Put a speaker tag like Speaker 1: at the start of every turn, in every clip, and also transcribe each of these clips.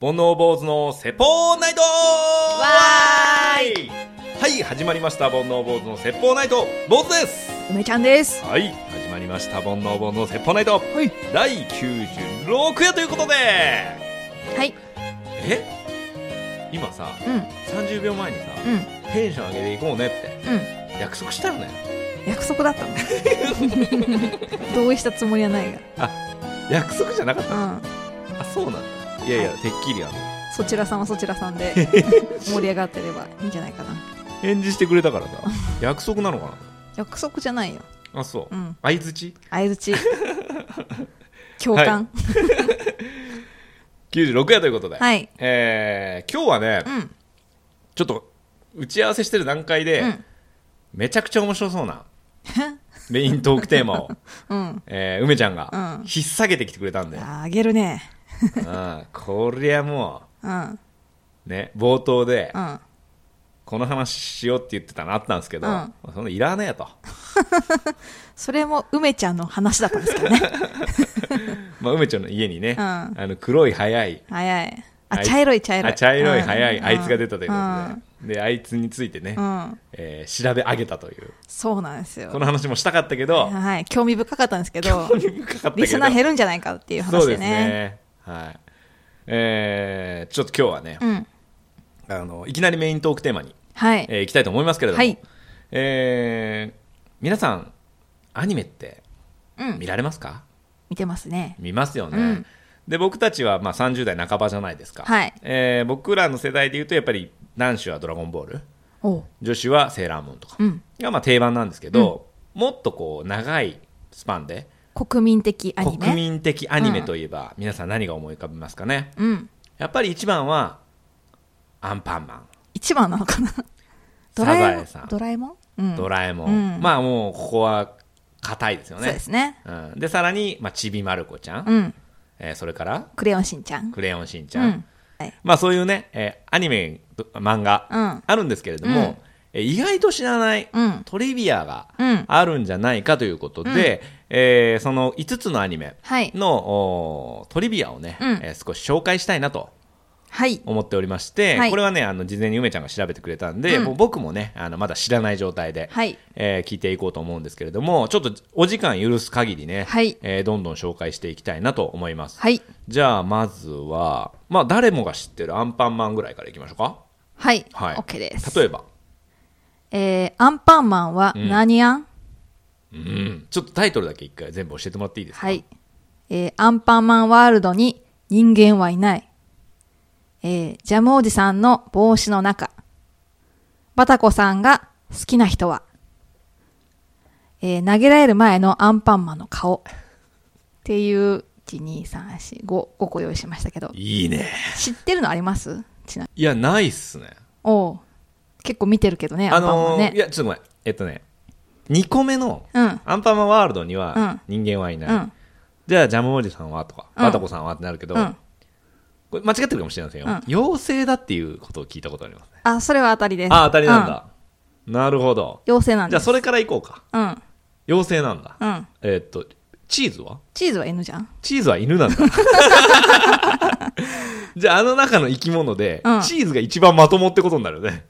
Speaker 1: 煩悩坊主の説法ナイトわ
Speaker 2: ー
Speaker 1: はい始まりました煩悩坊主の説法ナイト坊主です
Speaker 2: 梅ちゃんです。
Speaker 1: はい始まりました煩悩坊主の説法ナイト
Speaker 2: はい。
Speaker 1: 第96夜ということで
Speaker 2: はい。
Speaker 1: え今さ
Speaker 2: うん。うん。
Speaker 1: 30秒前にさ、テンション上げていこうねって
Speaker 2: うん。
Speaker 1: 約束したよね
Speaker 2: 約束だった の。同意したつもりはない
Speaker 1: 約束じゃなかった
Speaker 2: が。うん。
Speaker 1: あそうなんだいやいやてっきりあの
Speaker 2: そちらさんはそちらさん で盛り上がってればいいんじゃないかな。
Speaker 1: 返事してくれたから さ約束なのか
Speaker 2: 約束じゃないよ。
Speaker 1: なあそう
Speaker 2: うん。
Speaker 1: 相づち
Speaker 2: 相 づち。共感。
Speaker 1: 96夜ということで、
Speaker 2: はい。
Speaker 1: えー今日はね、
Speaker 2: うん。
Speaker 1: ちょっと打ち合わせしてる段階で、
Speaker 2: うん
Speaker 1: めちゃくちゃ面白そう なメイントークテーマを、
Speaker 2: うん。
Speaker 1: えー梅ちゃんが
Speaker 2: うん
Speaker 1: 引っ提げてきてくれたんで、
Speaker 2: あーあげるね。
Speaker 1: うんこりゃも
Speaker 2: うん。
Speaker 1: うね冒頭で
Speaker 2: うん。
Speaker 1: この話しようって言ってたのあったんですけど、
Speaker 2: うん
Speaker 1: そのいらねえと、
Speaker 2: それも梅ちゃんの話だったん ですけどね。
Speaker 1: まあ、梅ちゃんの家にね、
Speaker 2: うん
Speaker 1: あの黒い早い
Speaker 2: 早い。あ、
Speaker 1: あい
Speaker 2: 茶色い茶色
Speaker 1: あ
Speaker 2: い。
Speaker 1: 茶色い早い、
Speaker 2: うん
Speaker 1: あいつが出たということで、であいつについてね、
Speaker 2: うん。うん
Speaker 1: えー調べ上げたという
Speaker 2: そうなんですよ
Speaker 1: こ。の話もしたかったけど、
Speaker 2: はい。興味深かったんですけど。
Speaker 1: 深かったけど
Speaker 2: リスナー減るんじゃないかっていう
Speaker 1: そ
Speaker 2: 話
Speaker 1: うで
Speaker 2: ですね。
Speaker 1: ね。はい。えー、ちょっと今日はね、
Speaker 2: うん。
Speaker 1: あの、いきなりメイントークテーマに、
Speaker 2: はい。
Speaker 1: えー、いきたいと思いますけれども、
Speaker 2: はい
Speaker 1: えー、皆さん、アニメって
Speaker 2: うん
Speaker 1: 見。られますか、
Speaker 2: 見てますね。
Speaker 1: 見ますよね。
Speaker 2: うん
Speaker 1: で、僕たちは、まあ、30代半ばじゃないですか。
Speaker 2: はい
Speaker 1: えー僕らの世代で言うと、やっぱり、男子はドラゴンボール、
Speaker 2: おう。
Speaker 1: 女子はセーラームーンとか
Speaker 2: うん。
Speaker 1: が、まあ、定番なんですけど、もっとこう、長いスパンで、
Speaker 2: 国民的アニメ。
Speaker 1: 国民的アニメといえば、皆さん何が思い浮かびますかね
Speaker 2: うん。
Speaker 1: やっぱり一番は、アンパンマン、
Speaker 2: 一番なのかな。 ド
Speaker 1: サ
Speaker 2: ラ
Speaker 1: ザ
Speaker 2: えも
Speaker 1: エ
Speaker 2: ん
Speaker 1: さ。ん、
Speaker 2: ドラえもんうん。
Speaker 1: ドラえもん。
Speaker 2: うん
Speaker 1: まあもう、ここは、硬いですよ
Speaker 2: そうで
Speaker 1: ね。
Speaker 2: すね。
Speaker 1: うん、で、さらに、まあ、ちびまる子ちゃん、
Speaker 2: うん。
Speaker 1: えーそれから、
Speaker 2: クレヨンしんちゃん。
Speaker 1: クレヨンしんち
Speaker 2: う
Speaker 1: ゃん。
Speaker 2: ん。はい。
Speaker 1: まあそういうね、えーアニメ、ど漫画、
Speaker 2: うん。
Speaker 1: あるんですけれども、
Speaker 2: うん
Speaker 1: えー意外と知らない、
Speaker 2: うん。
Speaker 1: トリビアが
Speaker 2: うん。
Speaker 1: あるんじゃないかということで、えーその5つのアニメ
Speaker 2: はい。
Speaker 1: の、おートリビアをね、
Speaker 2: うん
Speaker 1: えー少し紹介したいなと
Speaker 2: はい。
Speaker 1: 思っておりまして、
Speaker 2: はい
Speaker 1: これはねあの事前に梅ちゃんが調べてくれたんで、
Speaker 2: うん
Speaker 1: もう僕もねあのまだ知らない状態で、
Speaker 2: はい。
Speaker 1: えー聞いていこうと思うんですけれどもちょっとお時間許す限りね、
Speaker 2: はい
Speaker 1: えーどんどん紹介していきたいなと思います、
Speaker 2: はい。
Speaker 1: じゃあまずは、まあ、誰もが知ってるアンパンマンぐらいからいきましょうか
Speaker 2: はい。
Speaker 1: はい
Speaker 2: OK です。
Speaker 1: 例えば、
Speaker 2: えー、アンパンマンは何アン
Speaker 1: うん、ちょっとタイトルだけ一回全部教えてもらっていいですか、
Speaker 2: はい。えーアンパンマンワールドに人間はいない。えージャムおじさんの帽子の中。バタコさんが好きな人は。えー投げられる前のアンパンマンの顔。っていう、1、2、3、4、5、5個用意しましたけど。
Speaker 1: いいね
Speaker 2: 知ってるのありますちなみに。
Speaker 1: いやないっすね
Speaker 2: おう結構見てるけどね、ア
Speaker 1: あ
Speaker 2: ンパンマ
Speaker 1: の
Speaker 2: ン
Speaker 1: ーい
Speaker 2: ね。
Speaker 1: やちょっとごめんえっとね2個目の
Speaker 2: うん。
Speaker 1: アンパンマンワールドには人間はいない、
Speaker 2: うん。
Speaker 1: じゃあジャムおじさんはとか、
Speaker 2: うん
Speaker 1: バタコさんはってなるけど、
Speaker 2: うん
Speaker 1: これ間違ってるかもしれないですよ、
Speaker 2: うん
Speaker 1: 妖精だっていうことを聞いたことありますね
Speaker 2: あ、それは当たりです。
Speaker 1: あ当たりなん
Speaker 2: うん。
Speaker 1: だ、なるほど
Speaker 2: 妖精なん
Speaker 1: じゃあ
Speaker 2: です。
Speaker 1: それからいこうか
Speaker 2: うん。
Speaker 1: 妖精なんだ、
Speaker 2: うん。
Speaker 1: えーっとチーズは
Speaker 2: チーズは N じゃん。
Speaker 1: チーズは犬 なんだじゃああの中の生き物で、
Speaker 2: うん
Speaker 1: チーズが一番まともってことになるよね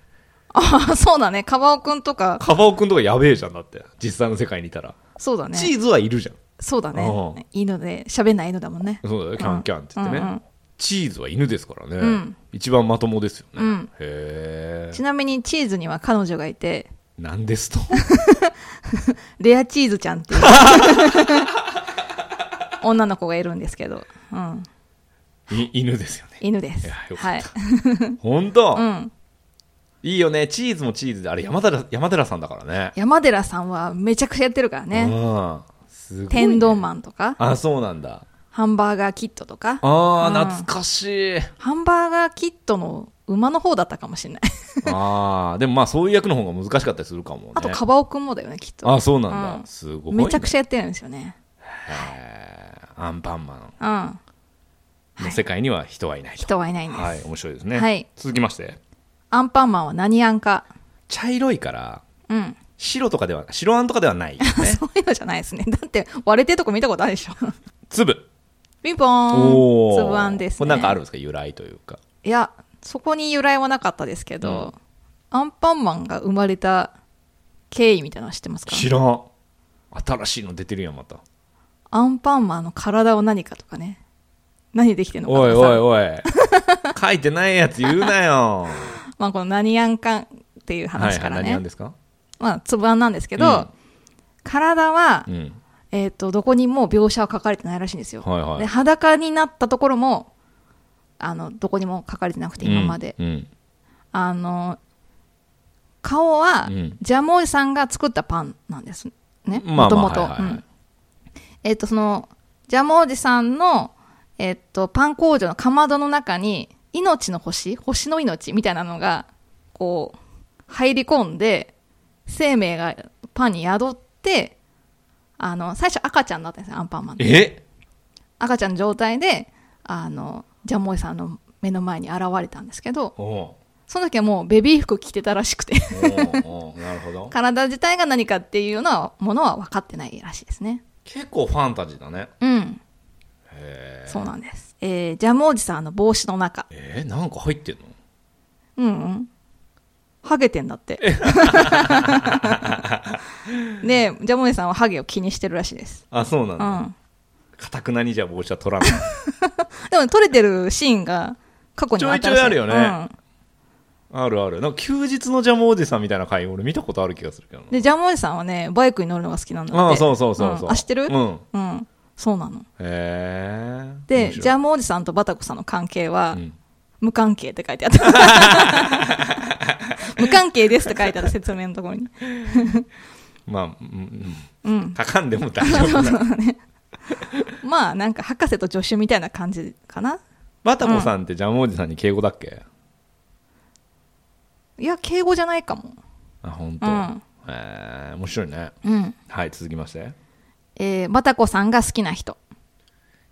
Speaker 2: あそうだね。カバオくんとか、
Speaker 1: カバオくんとかやべえじゃんだって実際の世界にいたら、
Speaker 2: そうだね。
Speaker 1: チーズはいるじゃん
Speaker 2: そうだ
Speaker 1: う
Speaker 2: ね。犬で、喋んない犬だもんね。
Speaker 1: そうだよキャンキャンって言ってね、
Speaker 2: うんうん
Speaker 1: チーズは犬ですからね、
Speaker 2: ん
Speaker 1: 一番まともですよね、
Speaker 2: うん
Speaker 1: へえ
Speaker 2: ちなみにチーズには彼女がいて、
Speaker 1: なんです と
Speaker 2: レアチーズちゃんっていう 女の子がいるんですけど、うん、
Speaker 1: い犬ですよね
Speaker 2: 犬です。
Speaker 1: いやよ
Speaker 2: は
Speaker 1: か
Speaker 2: い
Speaker 1: っ。本当、
Speaker 2: うん。
Speaker 1: いいよねチーズもチーズであれ山寺山寺さんだからね
Speaker 2: 山寺さんはめちゃくちゃやってるからね。
Speaker 1: うんすごいね
Speaker 2: 天丼マンとか、
Speaker 1: あそうなんだ
Speaker 2: ハンバーガーキットとか、
Speaker 1: あー、
Speaker 2: うん
Speaker 1: 懐かしい
Speaker 2: ハンバーガーキットの馬の方だったかもしれない。
Speaker 1: あーでもまあそういう役の方が難しかったりするかもね
Speaker 2: あと、カバオくんもだよね、きっと。
Speaker 1: あそうなんだ、
Speaker 2: うん
Speaker 1: すごい、ね、
Speaker 2: めちゃく
Speaker 1: ち
Speaker 2: ちゃやってるんですよね。
Speaker 1: ゃアンパンマ
Speaker 2: うん。
Speaker 1: ンの世界には人はいないと
Speaker 2: 人はいないんです。
Speaker 1: はい面白いですね、
Speaker 2: はい
Speaker 1: 続きまして
Speaker 2: アンパンマンは何アンか。
Speaker 1: 茶色いから
Speaker 2: うん。
Speaker 1: 白とかでは 白あんとかではないよね
Speaker 2: そういうのじゃないですね。だって割れてるとこ見たことあるでしょ。
Speaker 1: 粒
Speaker 2: ピンポーンつぶあんです、ね。
Speaker 1: これなんかあるんですか由来というか。
Speaker 2: いや、そこに由来はなかったですけど、アンパンマンが生まれた経緯みたいなの知ってますか
Speaker 1: 知らん。新しいの出てるやん、また。
Speaker 2: アンパンマンの体は何かとかね。何でできてんのかと
Speaker 1: おい
Speaker 2: かさ
Speaker 1: おいおい。 書いてないやつ言うなよ。
Speaker 2: まあこの何やんかんっていう
Speaker 1: はい
Speaker 2: 話
Speaker 1: は
Speaker 2: か
Speaker 1: い、
Speaker 2: ら
Speaker 1: 何
Speaker 2: ね。
Speaker 1: なんですか
Speaker 2: まあつぶあんなんですけど、
Speaker 1: うん
Speaker 2: 体は、
Speaker 1: うん。
Speaker 2: えっ、と、どこにも描写は書かれてないらしいんですよ。
Speaker 1: はいはい
Speaker 2: で、裸になったところも、あの、どこにも書かれてなくて、今まで。
Speaker 1: うん。
Speaker 2: あの、顔は、
Speaker 1: うん
Speaker 2: ジャムおじさんが作ったパンなんですね。
Speaker 1: ま
Speaker 2: も
Speaker 1: あ
Speaker 2: と
Speaker 1: まあ
Speaker 2: もと。
Speaker 1: はいはいはい
Speaker 2: うんえっ、と、その、ジャムおじさんの、えっ、と、パン工場のかまどの中に、命の星星の命みたいなのが、こう、入り込んで、生命がパンに宿って、あの、最初赤ちゃんだったんですよ、アンパンマンって。
Speaker 1: え
Speaker 2: 赤ちゃんの状態で、あの、ジャムおじさんの目の前に現れたんですけど、
Speaker 1: おう
Speaker 2: その時はもうベビー服着てたらしくて
Speaker 1: おうおうなるほど。
Speaker 2: 体自体が何かっていうようなものは分かってないらしいですね
Speaker 1: 結構ファンタジーだね。
Speaker 2: うん
Speaker 1: へ
Speaker 2: そうなんです、えー、ジャムおじさんの帽子の中
Speaker 1: え。えー、なんか入ってんの
Speaker 2: うんうんハゲてんだって でジャムおじさんはハゲを気にしてるらしいです
Speaker 1: あ、そうなん
Speaker 2: う
Speaker 1: だ。
Speaker 2: ん
Speaker 1: かたくなにじゃあ帽子は取らない。
Speaker 2: でも撮れてるシーンが過去にはったらし
Speaker 1: ちょいちょいあるよね
Speaker 2: うん
Speaker 1: あるある。なんか休日のジャムおじさんみたいな会俺見たことある気がするけどな。
Speaker 2: でジャムおじさんはねバイクに乗るのが好きなんだって
Speaker 1: ああ、そうそうそうそう。
Speaker 2: んあ知ってる
Speaker 1: うん。へ
Speaker 2: うん、そうなの
Speaker 1: え。
Speaker 2: でジャ
Speaker 1: ム、
Speaker 2: ムおじさんとバタコさんの関係は、
Speaker 1: うん
Speaker 2: 無関係って書いて あった。無関係ですって書いてあった説明のとこ ろに。
Speaker 1: まあ、うん
Speaker 2: う。
Speaker 1: うんん。かかんでも大丈 夫だ。
Speaker 2: まあなんか博士と助手みたいな感じかな。
Speaker 1: バタコさんってジャムおじさんに敬語だっけ
Speaker 2: いや、敬語じゃないかも。
Speaker 1: あ、ほんと
Speaker 2: う。ん。
Speaker 1: えー面白いね。
Speaker 2: うん。
Speaker 1: はい、続きまして。
Speaker 2: えー、バタコさんが好きな人。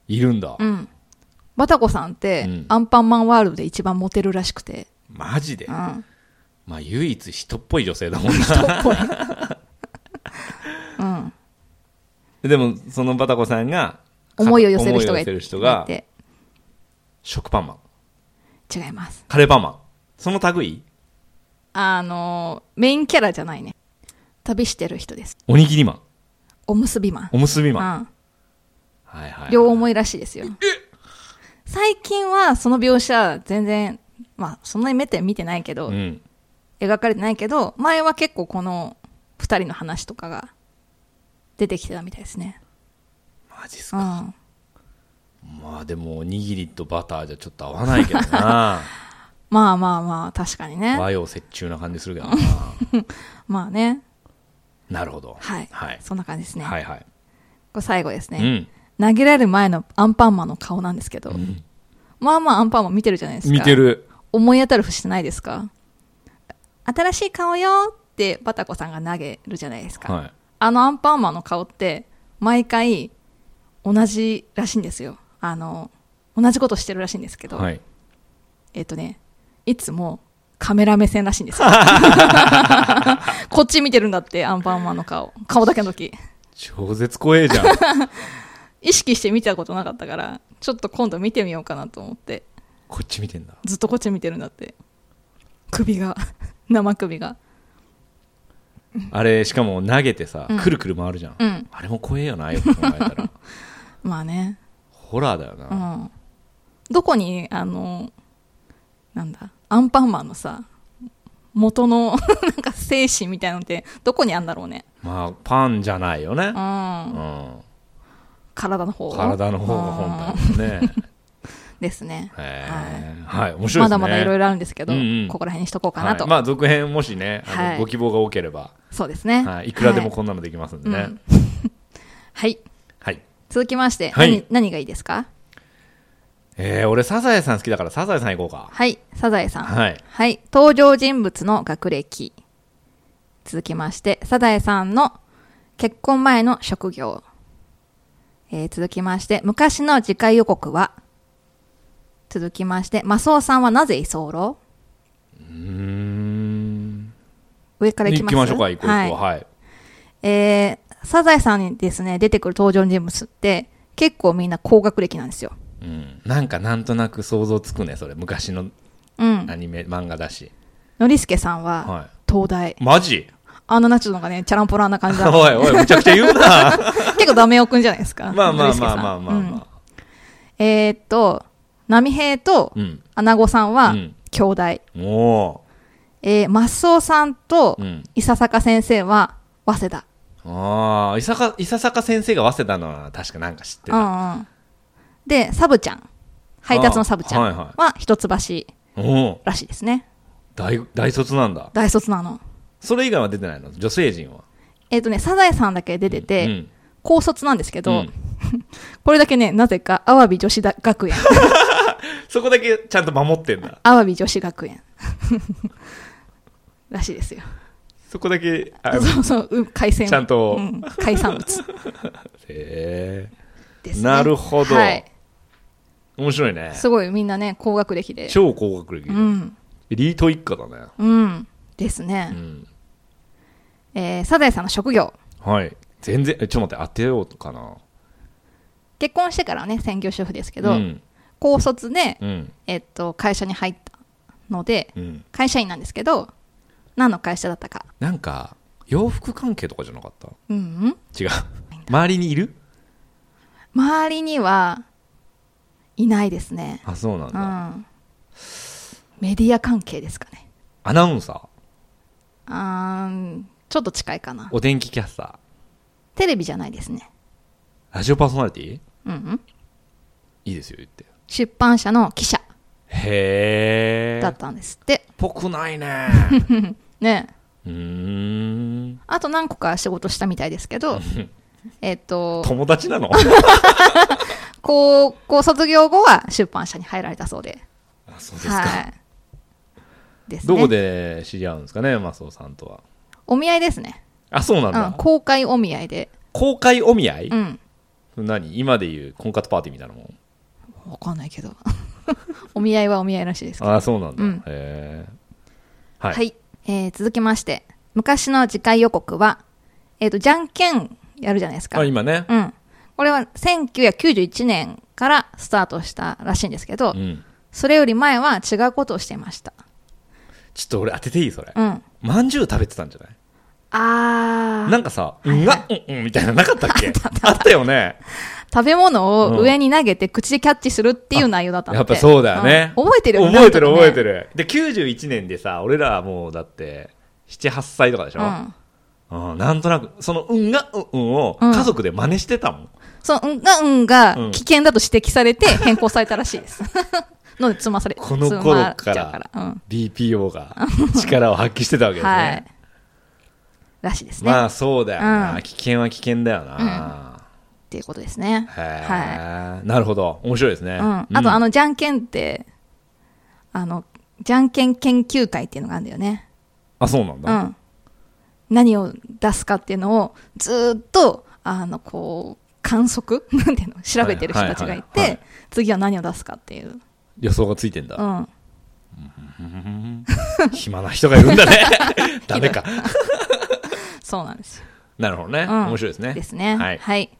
Speaker 1: いるんだ
Speaker 2: う。ん。バタコさんって、
Speaker 1: うん
Speaker 2: アンパンマンワールドで一番モテるらしくて。
Speaker 1: マジで
Speaker 2: う。ん。
Speaker 1: まあ、唯一人っぽい女性だもんな。
Speaker 2: うん。
Speaker 1: でも、そのバタコさんが、
Speaker 2: 思いを寄せる人が
Speaker 1: 思いを寄
Speaker 2: い
Speaker 1: せる人が
Speaker 2: いて。
Speaker 1: 食パンマン、
Speaker 2: 違います。
Speaker 1: カレーパンマン。その類
Speaker 2: あのーメインキャラじゃないね。旅してる人です。
Speaker 1: おにぎりマン、
Speaker 2: おむすびマン。
Speaker 1: おむすびマン。
Speaker 2: うん。
Speaker 1: はいはい。
Speaker 2: 両思いらしいですよ。最近はその描写全然、まあそんなに目で見てないけど、
Speaker 1: うん。
Speaker 2: 描かれてないけど、前は結構この二人の話とかが出てきてたみたいですね。
Speaker 1: マジっす
Speaker 2: う
Speaker 1: か。
Speaker 2: ん。
Speaker 1: まあ、でも、おにぎりとバターじゃちょっと合わないけどな。
Speaker 2: まあまあまあ、確かにね。
Speaker 1: 和洋折衷な感じするけどな。
Speaker 2: まあね。
Speaker 1: なるほど。
Speaker 2: はい。
Speaker 1: はい。
Speaker 2: そんな感じですね。
Speaker 1: はいはい。
Speaker 2: これ最後です
Speaker 1: う
Speaker 2: ね、
Speaker 1: ん。
Speaker 2: 投げられる前のアンパンマンの顔なんですけど、まあまあアンパンマン見てるじゃないですか。
Speaker 1: 見てる。
Speaker 2: 思い当たる節ないですか新しい顔よってバタコさんが投げるじゃないですか。
Speaker 1: は
Speaker 2: あのアンパンマンの顔って、毎回、同じらしいんですよ。あの、同じことしてるらしいんですけ
Speaker 1: い。
Speaker 2: ど、
Speaker 1: はい。
Speaker 2: えっとね、いつもカメラ目線らしい んですよ。こっち見てるんだって、アンパンマンの顔。顔だけの時。
Speaker 1: 超絶怖えじゃ ん。
Speaker 2: 意識して見たことなかったから、ちょっと今度見てみようかなと思って、
Speaker 1: こっち見てんだ。
Speaker 2: ずっとこっち見てるんだって。首が、生首が。
Speaker 1: あれ、しかも投げてさ、くるくる回るじゃん。
Speaker 2: うん。
Speaker 1: あれも怖えよな、よく考えた ら。
Speaker 2: まあね。
Speaker 1: ホラーだよな。
Speaker 2: うん、どこにあのなんだアンパンマンのさ元の なんか精神みたいなのってどこにあんだろうね、
Speaker 1: まあ、パンじゃないよね
Speaker 2: う。
Speaker 1: う
Speaker 2: ん、
Speaker 1: ん。
Speaker 2: 体の方
Speaker 1: 体の方が本体だね。
Speaker 2: ですね
Speaker 1: へーはい、面白いですね。
Speaker 2: まだまだいろい
Speaker 1: ろ
Speaker 2: ろあるんですけど、
Speaker 1: うんうん
Speaker 2: ここら辺にしとこうかなと、
Speaker 1: まあ、続編もしね、あの
Speaker 2: はい
Speaker 1: ご希望が多ければ、
Speaker 2: そうですね、
Speaker 1: はい、いくらでも
Speaker 2: はい
Speaker 1: こんなのできますんでね。
Speaker 2: は
Speaker 1: はいい。
Speaker 2: うんはい続きまして、
Speaker 1: はい
Speaker 2: 何何がいいですか
Speaker 1: えー、俺、サザエさん好きだから、サザエさん行こうか。
Speaker 2: はいサザエさん
Speaker 1: はい。
Speaker 2: はい、登場人物の学歴。続きまして、サザエさんの結婚前の職業。えー続きまして、昔の次回予告は。続きまして、マスオさんはなぜ居候
Speaker 1: うーん。
Speaker 2: 上からいき
Speaker 1: 行
Speaker 2: ます
Speaker 1: きましょうか、行こう
Speaker 2: はい
Speaker 1: 行こう。はい。
Speaker 2: えーサザエさんにですね、出てくる登場人物って、結構みんな高学歴なんですよ。
Speaker 1: うん、なんかなんとなく想像つくねそれ昔の
Speaker 2: うん。
Speaker 1: アニメ、漫画だし
Speaker 2: のりすけさんは、
Speaker 1: は
Speaker 2: 東大。
Speaker 1: いマジ
Speaker 2: あのナチュのがね、チャランポランな感じ だ。
Speaker 1: おいおいむちゃくちゃ 言うな
Speaker 2: 結構ダメくんじゃないですか。
Speaker 1: まあま
Speaker 2: の
Speaker 1: あ
Speaker 2: りすけ
Speaker 1: ま
Speaker 2: さ
Speaker 1: あ
Speaker 2: ん
Speaker 1: まあまあ
Speaker 2: うん
Speaker 1: ま
Speaker 2: えーっと、波平と
Speaker 1: あ、うん、
Speaker 2: アナゴさん
Speaker 1: う
Speaker 2: は
Speaker 1: ん、
Speaker 2: 兄弟。
Speaker 1: も
Speaker 2: えー、マッソーさんと
Speaker 1: う、う、ん、
Speaker 2: 伊佐坂先生は、早稲田。
Speaker 1: ああ伊坂伊佐坂先生が早稲田のは確かなんか知ってた、
Speaker 2: うんうん。で、サブちゃん。配達のサブちゃん
Speaker 1: あはいは
Speaker 2: は、一橋らし
Speaker 1: おお
Speaker 2: いですね。
Speaker 1: 大大卒なんだ
Speaker 2: 大卒なの。
Speaker 1: それ以外は出てないの女性陣は
Speaker 2: えーっとね、サザエさんだけ出てて、
Speaker 1: うん
Speaker 2: 高卒なんですけど、
Speaker 1: うん
Speaker 2: これだけね、なぜか、アワビ女子学園。
Speaker 1: そこだけちゃんと守ってんだ
Speaker 2: アワビ女子学園。 らしいですよ。
Speaker 1: そこだけあへ
Speaker 2: そうそう、うん海鮮。
Speaker 1: ちゃんと
Speaker 2: うん海産物
Speaker 1: え
Speaker 2: ですね。
Speaker 1: なるほど
Speaker 2: はい。
Speaker 1: 面白いね
Speaker 2: すごいみんなね、高学歴で。
Speaker 1: 超高学歴、
Speaker 2: うん。
Speaker 1: エリート一家だね
Speaker 2: うん。です
Speaker 1: う
Speaker 2: ね。
Speaker 1: ん
Speaker 2: えーサザエさんの職業。
Speaker 1: はい全然えちょっと待って当てようかな
Speaker 2: 結婚してからはね、専業主婦ですけど、
Speaker 1: うん
Speaker 2: 高卒で、
Speaker 1: うん
Speaker 2: えっと、会社に入ったので、
Speaker 1: うん
Speaker 2: 会社員なんですけど、何の会社だったか。
Speaker 1: なんか洋服関係とかじゃなかった
Speaker 2: うんうん。
Speaker 1: 違う周りにいる
Speaker 2: 周りには、いないですね。
Speaker 1: あそうなん
Speaker 2: う
Speaker 1: だ、
Speaker 2: ん。メディア関係ですかね。
Speaker 1: アナウンサー
Speaker 2: あーんちょっと近いかな。
Speaker 1: お天気キャスタ
Speaker 2: テレビじゃないですね。
Speaker 1: ーラジオパーソナリティ
Speaker 2: うんうん。
Speaker 1: いいですよ言って
Speaker 2: 出版社の記者
Speaker 1: へ
Speaker 2: だ
Speaker 1: え
Speaker 2: ったんですって。
Speaker 1: ぽくない ね
Speaker 2: ね。
Speaker 1: うーん
Speaker 2: あと何個か仕事したみたいです けど、えっと、
Speaker 1: 友達 なの
Speaker 2: 高校卒業後は出版社に入られたそうで。
Speaker 1: あそうですか、
Speaker 2: はい。ですね。
Speaker 1: どこで知り合うんですかねマスオさんとは
Speaker 2: お見合いですね。
Speaker 1: あそうなんだ、
Speaker 2: うん。公開お見合いで。
Speaker 1: 公開お見合い、
Speaker 2: うん。
Speaker 1: 何今で言う婚活パーティーみたいなもん
Speaker 2: わかんないけど。 お見合いはお見合いらしいですけど。
Speaker 1: あそうなんだ、
Speaker 2: うん
Speaker 1: へえはい、
Speaker 2: はい、えー続きまして昔の次回予告は、えー、とじゃんけんやるじゃないですか、
Speaker 1: あ今ね
Speaker 2: うん、これは1991年からスタートしたらしいんですけど、
Speaker 1: うん
Speaker 2: それより前は違うことをしていました、
Speaker 1: ちょっと俺当てていいそれ、
Speaker 2: うん、
Speaker 1: まんじゅう食べてたんじゃない
Speaker 2: あ
Speaker 1: なんかさ、うんが、うんうんみたいなのなかったっけあったよね。
Speaker 2: 食べ物を
Speaker 1: うん
Speaker 2: 上に投げて口でキャッチするっていう内容だったので
Speaker 1: やっぱそうだよね。
Speaker 2: うん覚えてるよね
Speaker 1: 覚えてる
Speaker 2: なんと
Speaker 1: 覚え
Speaker 2: なく
Speaker 1: て
Speaker 2: ね
Speaker 1: る。で、91年でさ、俺らはもうだって、7、8歳とかでしょ、
Speaker 2: うん、
Speaker 1: うん、なんとなく、そのうんが、うんうんを
Speaker 2: うん
Speaker 1: 家族で真似してたもん。
Speaker 2: そのうんがうんが
Speaker 1: うん
Speaker 2: 危険だと指摘され て変更されたらしいです のでつまされ
Speaker 1: この頃
Speaker 2: つまっちゃ
Speaker 1: か
Speaker 2: う
Speaker 1: ら
Speaker 2: から、うん
Speaker 1: BPO が力を発揮してたわけですね。
Speaker 2: はいらしいですね、
Speaker 1: まあそうだよな、
Speaker 2: うん
Speaker 1: 危険は危険だよな。
Speaker 2: っていうことですね。
Speaker 1: へえ、
Speaker 2: は
Speaker 1: なるほど。面白いですね。
Speaker 2: い。うん。あと、あ
Speaker 1: の、
Speaker 2: の、じゃんけんって、あの、じゃんけん研究会っていうのがあるんだよね。
Speaker 1: あ、そうなん
Speaker 2: う
Speaker 1: だ。
Speaker 2: ん。何を出すかっていうのを、ずーっと、あの、こう、観測 なんていうの調べてる人たちがい
Speaker 1: はいはいはい
Speaker 2: て、次は何を出すかっていう。
Speaker 1: 予想がついてんだ。
Speaker 2: うん。
Speaker 1: 暇な人がいるんだ ね。 ダメか。
Speaker 2: そうなんですよ。
Speaker 1: なるほどね。
Speaker 2: うん
Speaker 1: 面白いですね。
Speaker 2: ですね。
Speaker 1: はい。
Speaker 2: はい。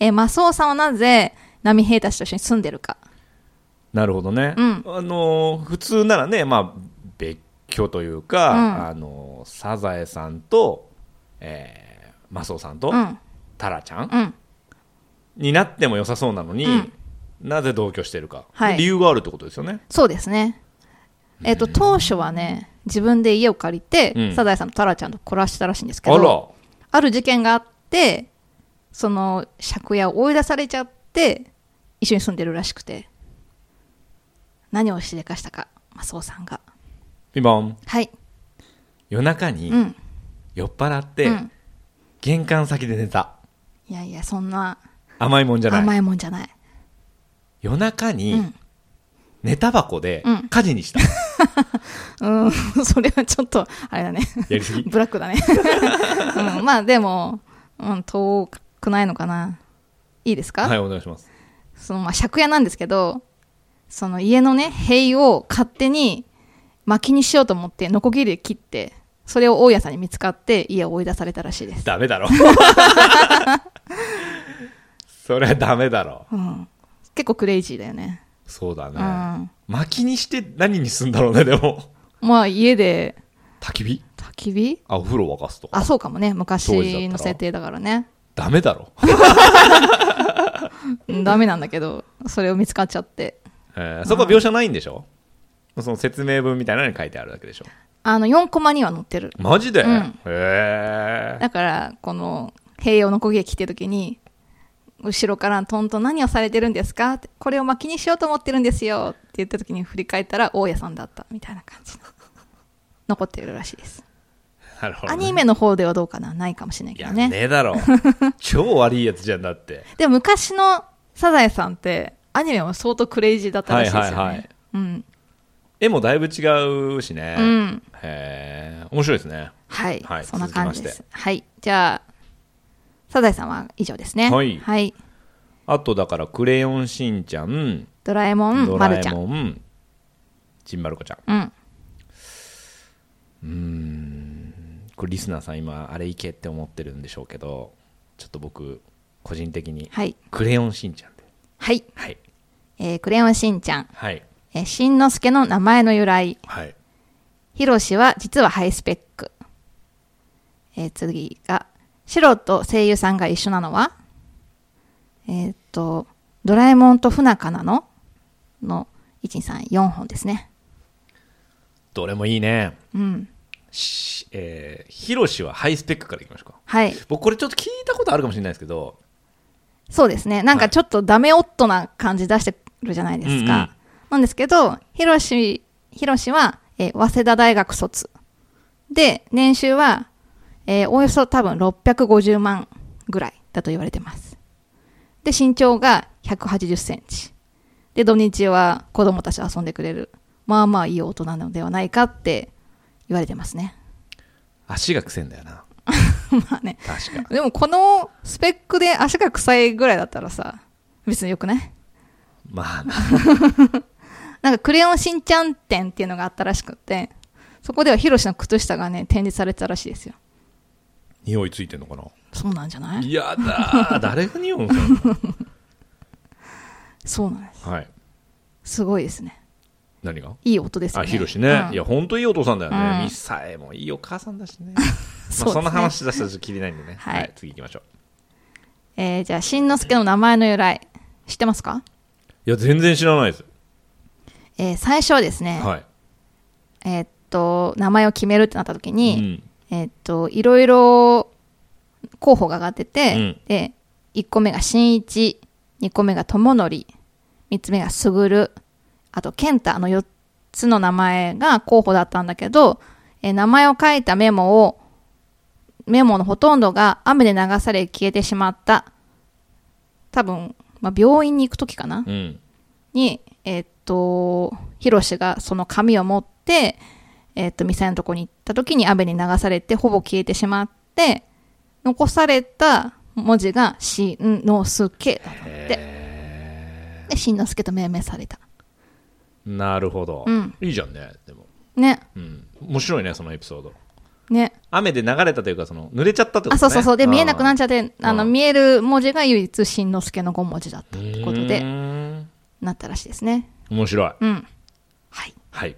Speaker 2: えー、マスオさんはなぜ、波平たちと一緒に住んでるか。
Speaker 1: なるほどね。
Speaker 2: うん
Speaker 1: あのー普通ならね、まあ、別居というか、
Speaker 2: うん
Speaker 1: あのーサザエさんと、えー、マスオさんと、
Speaker 2: うん。
Speaker 1: タラちゃん、
Speaker 2: うん。
Speaker 1: になっても良さそうなのに、
Speaker 2: うん
Speaker 1: なぜ同居してるか、
Speaker 2: はい
Speaker 1: 理由があるってことですよね。
Speaker 2: そうですね。えっ、と、当初はね、自分で家を借りて、
Speaker 1: うん
Speaker 2: サザエさんとタラちゃんと暮らしてたらしいんですけ
Speaker 1: あ
Speaker 2: ど、
Speaker 1: ら、
Speaker 2: ある事件があって、その借家を追い出されちゃって、一緒に住んでるらしくて、何をしでかしたか、マスオさんが。
Speaker 1: ピンポン。
Speaker 2: はい。
Speaker 1: 夜中に
Speaker 2: うん。
Speaker 1: 酔っ払って、
Speaker 2: うん
Speaker 1: 玄関先で寝た。
Speaker 2: いやいや、そんな
Speaker 1: 甘いもんじゃない。
Speaker 2: 甘いもんじゃない。
Speaker 1: 夜中
Speaker 2: う
Speaker 1: に
Speaker 2: ん、
Speaker 1: 寝タバコで
Speaker 2: うん
Speaker 1: 火事に した。
Speaker 2: うん、 それはちょっと、あれだね。
Speaker 1: やりすぎ。
Speaker 2: ブラックだね。うん、まあでも、うん、遠くないのかな。いいですか
Speaker 1: はい、お願いし ます。
Speaker 2: そのまあ借家なんですけど、その家のね、塀を勝手に薪にしようと思って、ノコギリで切って、それを大家さんに 見つかって、家を追い出されたらしいです。
Speaker 1: ダメだろ。それはダメだろ
Speaker 2: うん。結構クレイジーだよね。
Speaker 1: そうだ
Speaker 2: う
Speaker 1: ね、
Speaker 2: ん。
Speaker 1: 薪にして何にすんだろうねでも
Speaker 2: まあ家で
Speaker 1: 焚き火
Speaker 2: 焚き火
Speaker 1: あお風呂沸かすとか
Speaker 2: あ、そうかもね。
Speaker 1: 当時だっ
Speaker 2: 昔
Speaker 1: たら
Speaker 2: の設定だからね。
Speaker 1: ダメだろ、
Speaker 2: うんダメなんだけど、それを見つかっちゃって。
Speaker 1: えーそこは描写ないんでしょその説明文みたいなのに書いてあるだけでしょ
Speaker 2: あの、4コマには載ってる。
Speaker 1: マジで、
Speaker 2: うん
Speaker 1: へえ
Speaker 2: だから、この、平洋の攻撃来てる時に、後ろからトントン何をされてるんですかってこれを巻きにしようと思ってるんですよって言った時に振り返ったら、大家さんだったみたいな感じの。 残ってるらしいです。
Speaker 1: なるほ
Speaker 2: ア
Speaker 1: ど、ね、
Speaker 2: ニメの方ではどうかなないかもしれない
Speaker 1: い
Speaker 2: けど
Speaker 1: や
Speaker 2: ね。
Speaker 1: ねえだ ろ超悪いやつじゃんだって
Speaker 2: でも昔のサザエさんって、アニメも相当クレイジーだったらしいですよね。
Speaker 1: はいはいはい
Speaker 2: うん。
Speaker 1: 絵もだいぶ違うしね、
Speaker 2: うん
Speaker 1: へえ面白いですね
Speaker 2: はい。
Speaker 1: はい
Speaker 2: そんな感じで
Speaker 1: 続
Speaker 2: す。はい。じゃあ、サザエさんは以上ですね。
Speaker 1: はいあとだから「クレヨンしんちゃん」
Speaker 2: ドラえもん、
Speaker 1: ド
Speaker 2: ま
Speaker 1: ラ
Speaker 2: る
Speaker 1: え
Speaker 2: ちゃん。
Speaker 1: もん」ちんまる子ちゃん
Speaker 2: うん。
Speaker 1: これリスナーさん今あれいけって思ってるんでしょうけどちょっと僕個人的に
Speaker 2: はい。
Speaker 1: 「クレヨンしんちゃん」で
Speaker 2: はい。
Speaker 1: はい
Speaker 2: えークレヨンしんちゃん。
Speaker 1: はい
Speaker 2: えー、しんのすけの名前の由来。
Speaker 1: はい
Speaker 2: ひろしは実はハイスペック。えー次が、シロと声優さんが一緒なのはえーっと、ドラえもんと不仲なのの、1、2、3、4本ですね。
Speaker 1: どれもいいね
Speaker 2: うん。
Speaker 1: しえー、ヒロシはハイスペックからいきましょうか
Speaker 2: はい。
Speaker 1: 僕これちょっと聞いたことあるかもしれないですけど
Speaker 2: そうですね。なんかちょっとダメ夫な感じ出してるじゃないですか。
Speaker 1: うんうん
Speaker 2: なんですけど、ひろし、ひろしは、えー早稲田大学卒。で、年収は、えーおよそ多分650万ぐらいだと言われてます。で、身長が180センチ。で、土日は子供たちと遊んでくれる。まあまあいい大人なのではないかって言われてますね。
Speaker 1: 足がくせんだよな
Speaker 2: まあね。
Speaker 1: 確 か
Speaker 2: でもこのスペックで足が臭いぐらいだったらさ、別によくない
Speaker 1: まあな
Speaker 2: なんかクレヨンしんちゃん展っていうのがあったらしくって、そこではヒロシの靴下がね、展示されてたらしいですよ。
Speaker 1: 匂いついてんの かな
Speaker 2: そうなんじゃない
Speaker 1: いやだー誰が匂うんすか
Speaker 2: そうなんです。
Speaker 1: はい
Speaker 2: すごいですね。
Speaker 1: 何が
Speaker 2: いい音ですよ
Speaker 1: あ
Speaker 2: ね。
Speaker 1: ヒロシね、
Speaker 2: うん
Speaker 1: いや本当いいお父さんだよね、
Speaker 2: うん
Speaker 1: ミサエもいいお母さんだしね ま
Speaker 2: そ
Speaker 1: あ、
Speaker 2: うですね
Speaker 1: そんな話出したらちょっと切りないんでね
Speaker 2: はい
Speaker 1: 次行きましょう
Speaker 2: えーじゃあ、しんのすけの名前の由来、知ってますか
Speaker 1: いや全然知らないです、
Speaker 2: えー最初はですね、
Speaker 1: はい
Speaker 2: えーっと、名前を決めるってなった時
Speaker 1: う
Speaker 2: に、
Speaker 1: ん、
Speaker 2: えーっと、いろいろ候補が上がってて、
Speaker 1: うん
Speaker 2: で、1個目がしんいち、2個目がとものり、3つ目がすぐる、あと、ケンタの4つの名前が候補だったんだけど、えー名前を書いたメモを、メモのほとんどが雨で流され消えてしまった。多分、まあ、病院に行くときかな、
Speaker 1: うん、
Speaker 2: に、えーっと、ヒロシがその紙を持って、えーっと、ミサイのとこに行った時に雨に流されて、ほぼ消えてしまって、残された文字が、しんのすけだったって。で、しんのすけと命名された。
Speaker 1: なるほど、
Speaker 2: うん
Speaker 1: いいじゃんねでも、
Speaker 2: ね、
Speaker 1: うん、面白いねそのエピソード
Speaker 2: ね。
Speaker 1: 雨で流れたというかその濡れちゃったってこと、ね、
Speaker 2: あ、そうそうそう。で、見えなくなっ
Speaker 1: っ
Speaker 2: ちゃって、あの、
Speaker 1: うん
Speaker 2: 見える文字が唯一、しんのすけの5文字だったたってことで、なったらしいですね。
Speaker 1: 面白い
Speaker 2: うん。はい。
Speaker 1: はい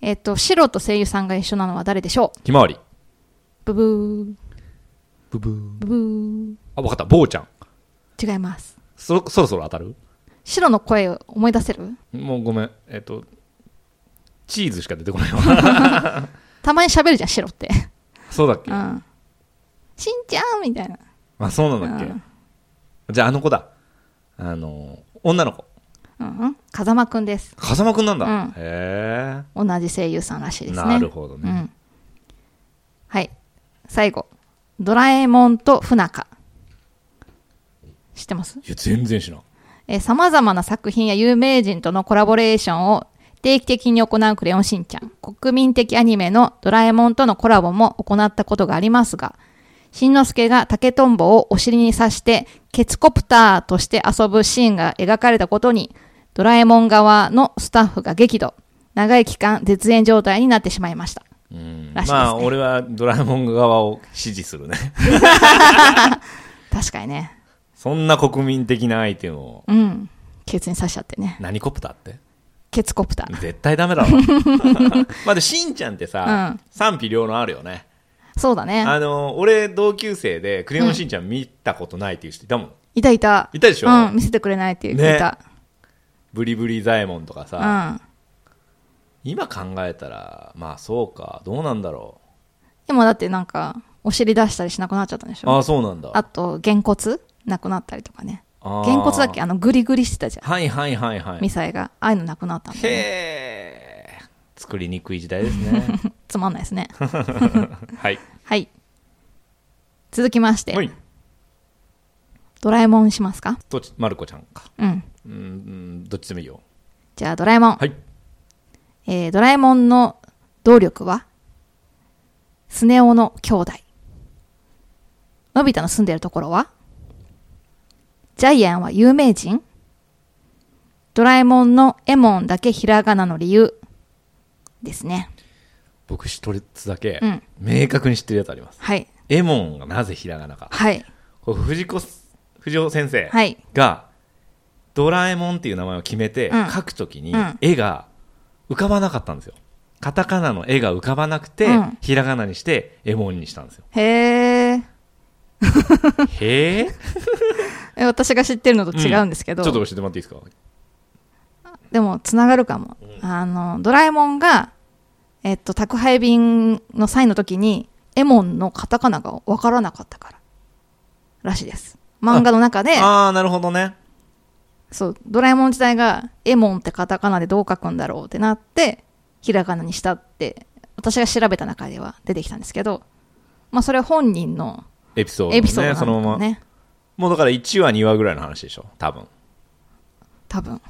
Speaker 2: えーっと、白と声優さんが一緒なのは誰でしょう
Speaker 1: ひまわり
Speaker 2: ブブ
Speaker 1: ブブー
Speaker 2: ー、ブブー。
Speaker 1: あ分かった坊ちゃん
Speaker 2: 違います。
Speaker 1: そそろそろ当たる
Speaker 2: 白の声を思い出せる
Speaker 1: もうごめんえっとチーズしか出てこないわ
Speaker 2: たまに喋るじゃん白って
Speaker 1: そうだっけ、
Speaker 2: うんしんちゃんみたいな
Speaker 1: あそうなんだっけ、じゃああの子だあの女の子
Speaker 2: うんうん風間くんです
Speaker 1: 風間くんなんだ、
Speaker 2: うん
Speaker 1: へ
Speaker 2: 同じ声優さんらしい
Speaker 1: え、
Speaker 2: ですね
Speaker 1: なるほど
Speaker 2: う
Speaker 1: ね、
Speaker 2: んはい最後ドラえもんと不仲知ってます
Speaker 1: いや全然しない
Speaker 2: さまざまな作品や有名人とのコラボレーションを定期的に行うクレヨンしんちゃん。国民的アニメのドラえもんとのコラボも行ったことがありますが、しんのすけが竹とんぼをお尻に刺してケツコプターとして遊ぶシーンが描かれたことに、ドラえもん側のスタッフが激怒。長い期間絶縁状態になってしまいました。
Speaker 1: うん
Speaker 2: らしいですね
Speaker 1: まあ俺 はドラえもん側を支持するね
Speaker 2: 確かにね。
Speaker 1: そんな国民的なアイテムを
Speaker 2: うん。ケツに刺しちゃってね。
Speaker 1: 何コプターって
Speaker 2: ケツコプター。
Speaker 1: 絶対ダメだ ろまあでしんちゃんってさ、
Speaker 2: うん
Speaker 1: 賛否両論あるよね
Speaker 2: そうだね。
Speaker 1: あの俺同級生で「クレヨンしんちゃん」見たことないっていう人いたもん、
Speaker 2: いたいた。
Speaker 1: いたでしょ
Speaker 2: うん。見せてくれないって言っていた。
Speaker 1: ブリブリザエモンとか
Speaker 2: う
Speaker 1: さ、
Speaker 2: ん。
Speaker 1: 今考えたらまあそうかどうなんだろ
Speaker 2: 今だってなんか、お尻出したりしなくなっちゃったでし
Speaker 1: う
Speaker 2: ょ
Speaker 1: ああそうなんだ
Speaker 2: あと、げんこつなくなったりとかね。
Speaker 1: あー
Speaker 2: げんこつだっけあの、グリグリしてたじゃ
Speaker 1: はいはいはいは
Speaker 2: ん。ミ
Speaker 1: い
Speaker 2: サイが。ああいうのなくなったん
Speaker 1: へ
Speaker 2: で、
Speaker 1: え作りにくい時代です ね
Speaker 2: つまんないで すね。
Speaker 1: はい
Speaker 2: はい。続きまして、
Speaker 1: はい
Speaker 2: ドラえもんしますか
Speaker 1: どっちまる子ちゃんか
Speaker 2: うん。
Speaker 1: うんうんどっちでもいいよ
Speaker 2: じゃあ、ドラえもん。
Speaker 1: はい
Speaker 2: えー、ドラえもんの動力はスネ夫の兄弟。のび太の住んでいるところはジャイアンは有名人ドラえもんのエモンだけひらがなの理由ですね。
Speaker 1: 僕一つだけ
Speaker 2: うん
Speaker 1: 明確に知ってるやつあります、
Speaker 2: はい。
Speaker 1: エモンがなぜひらがなか
Speaker 2: はい。
Speaker 1: これ藤子藤尾先生
Speaker 2: はい。
Speaker 1: がドラえもんっていう名前を決めて
Speaker 2: うん
Speaker 1: 書くときに
Speaker 2: うん
Speaker 1: 絵が浮かばなかったんですよカタカナの絵が浮かばなくて、
Speaker 2: うん
Speaker 1: ひらがなにしてエモンにしたん ですよ
Speaker 2: へー
Speaker 1: へえ
Speaker 2: え。私が知ってるのと違うんですけ
Speaker 1: ち
Speaker 2: ど、
Speaker 1: ょっと教えてもらっていいですか
Speaker 2: でもつながるかも。あの、ドラえもんが、えっと、宅配便の際の時に、エモンのカタカナがわからなかったから。らしいです。漫画の中で、
Speaker 1: ああなるほどね
Speaker 2: そう、ドラえもん自体が、エモンってカタカナでどう書くんだろうってなって、ひらがなにしたって、私が調べた中では出てきたんですけど、まあそれは本人の
Speaker 1: エピソード、ね、
Speaker 2: エピソードなんだ
Speaker 1: そ
Speaker 2: ろ
Speaker 1: の
Speaker 2: う
Speaker 1: まま
Speaker 2: ね。
Speaker 1: もうだから1話2話ぐらいの話でしょ多分
Speaker 2: 多分。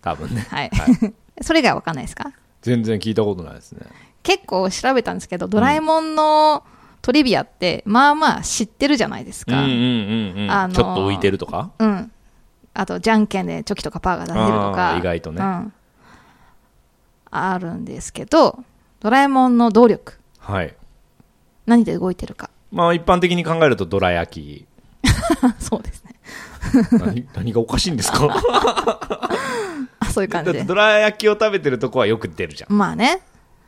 Speaker 1: 多分 ね
Speaker 2: はい。 それ以外はわかんないですか
Speaker 1: 全然聞いたことないですね
Speaker 2: 結構調べたんですけど、ドラえもんのトリビアって、まあまあ知ってるじゃないです
Speaker 1: うんう
Speaker 2: か。
Speaker 1: んうんうん、
Speaker 2: あのー
Speaker 1: ちょっと浮いてるとか
Speaker 2: うん。あと、じゃんけんでチョキとかパーが出せるとか
Speaker 1: あ。ー意外とね
Speaker 2: うん。あるんですけど、ドラえもんの動力。
Speaker 1: はい
Speaker 2: 何で動いてるか。
Speaker 1: まあ一般的に考えるとどら焼き
Speaker 2: そうですね。
Speaker 1: 何何がおかしいんですか
Speaker 2: あ、そういう
Speaker 1: だ
Speaker 2: 感
Speaker 1: っ
Speaker 2: じ
Speaker 1: て
Speaker 2: で。
Speaker 1: どら焼きを食べてるとこはよく出るじゃ
Speaker 2: まあね。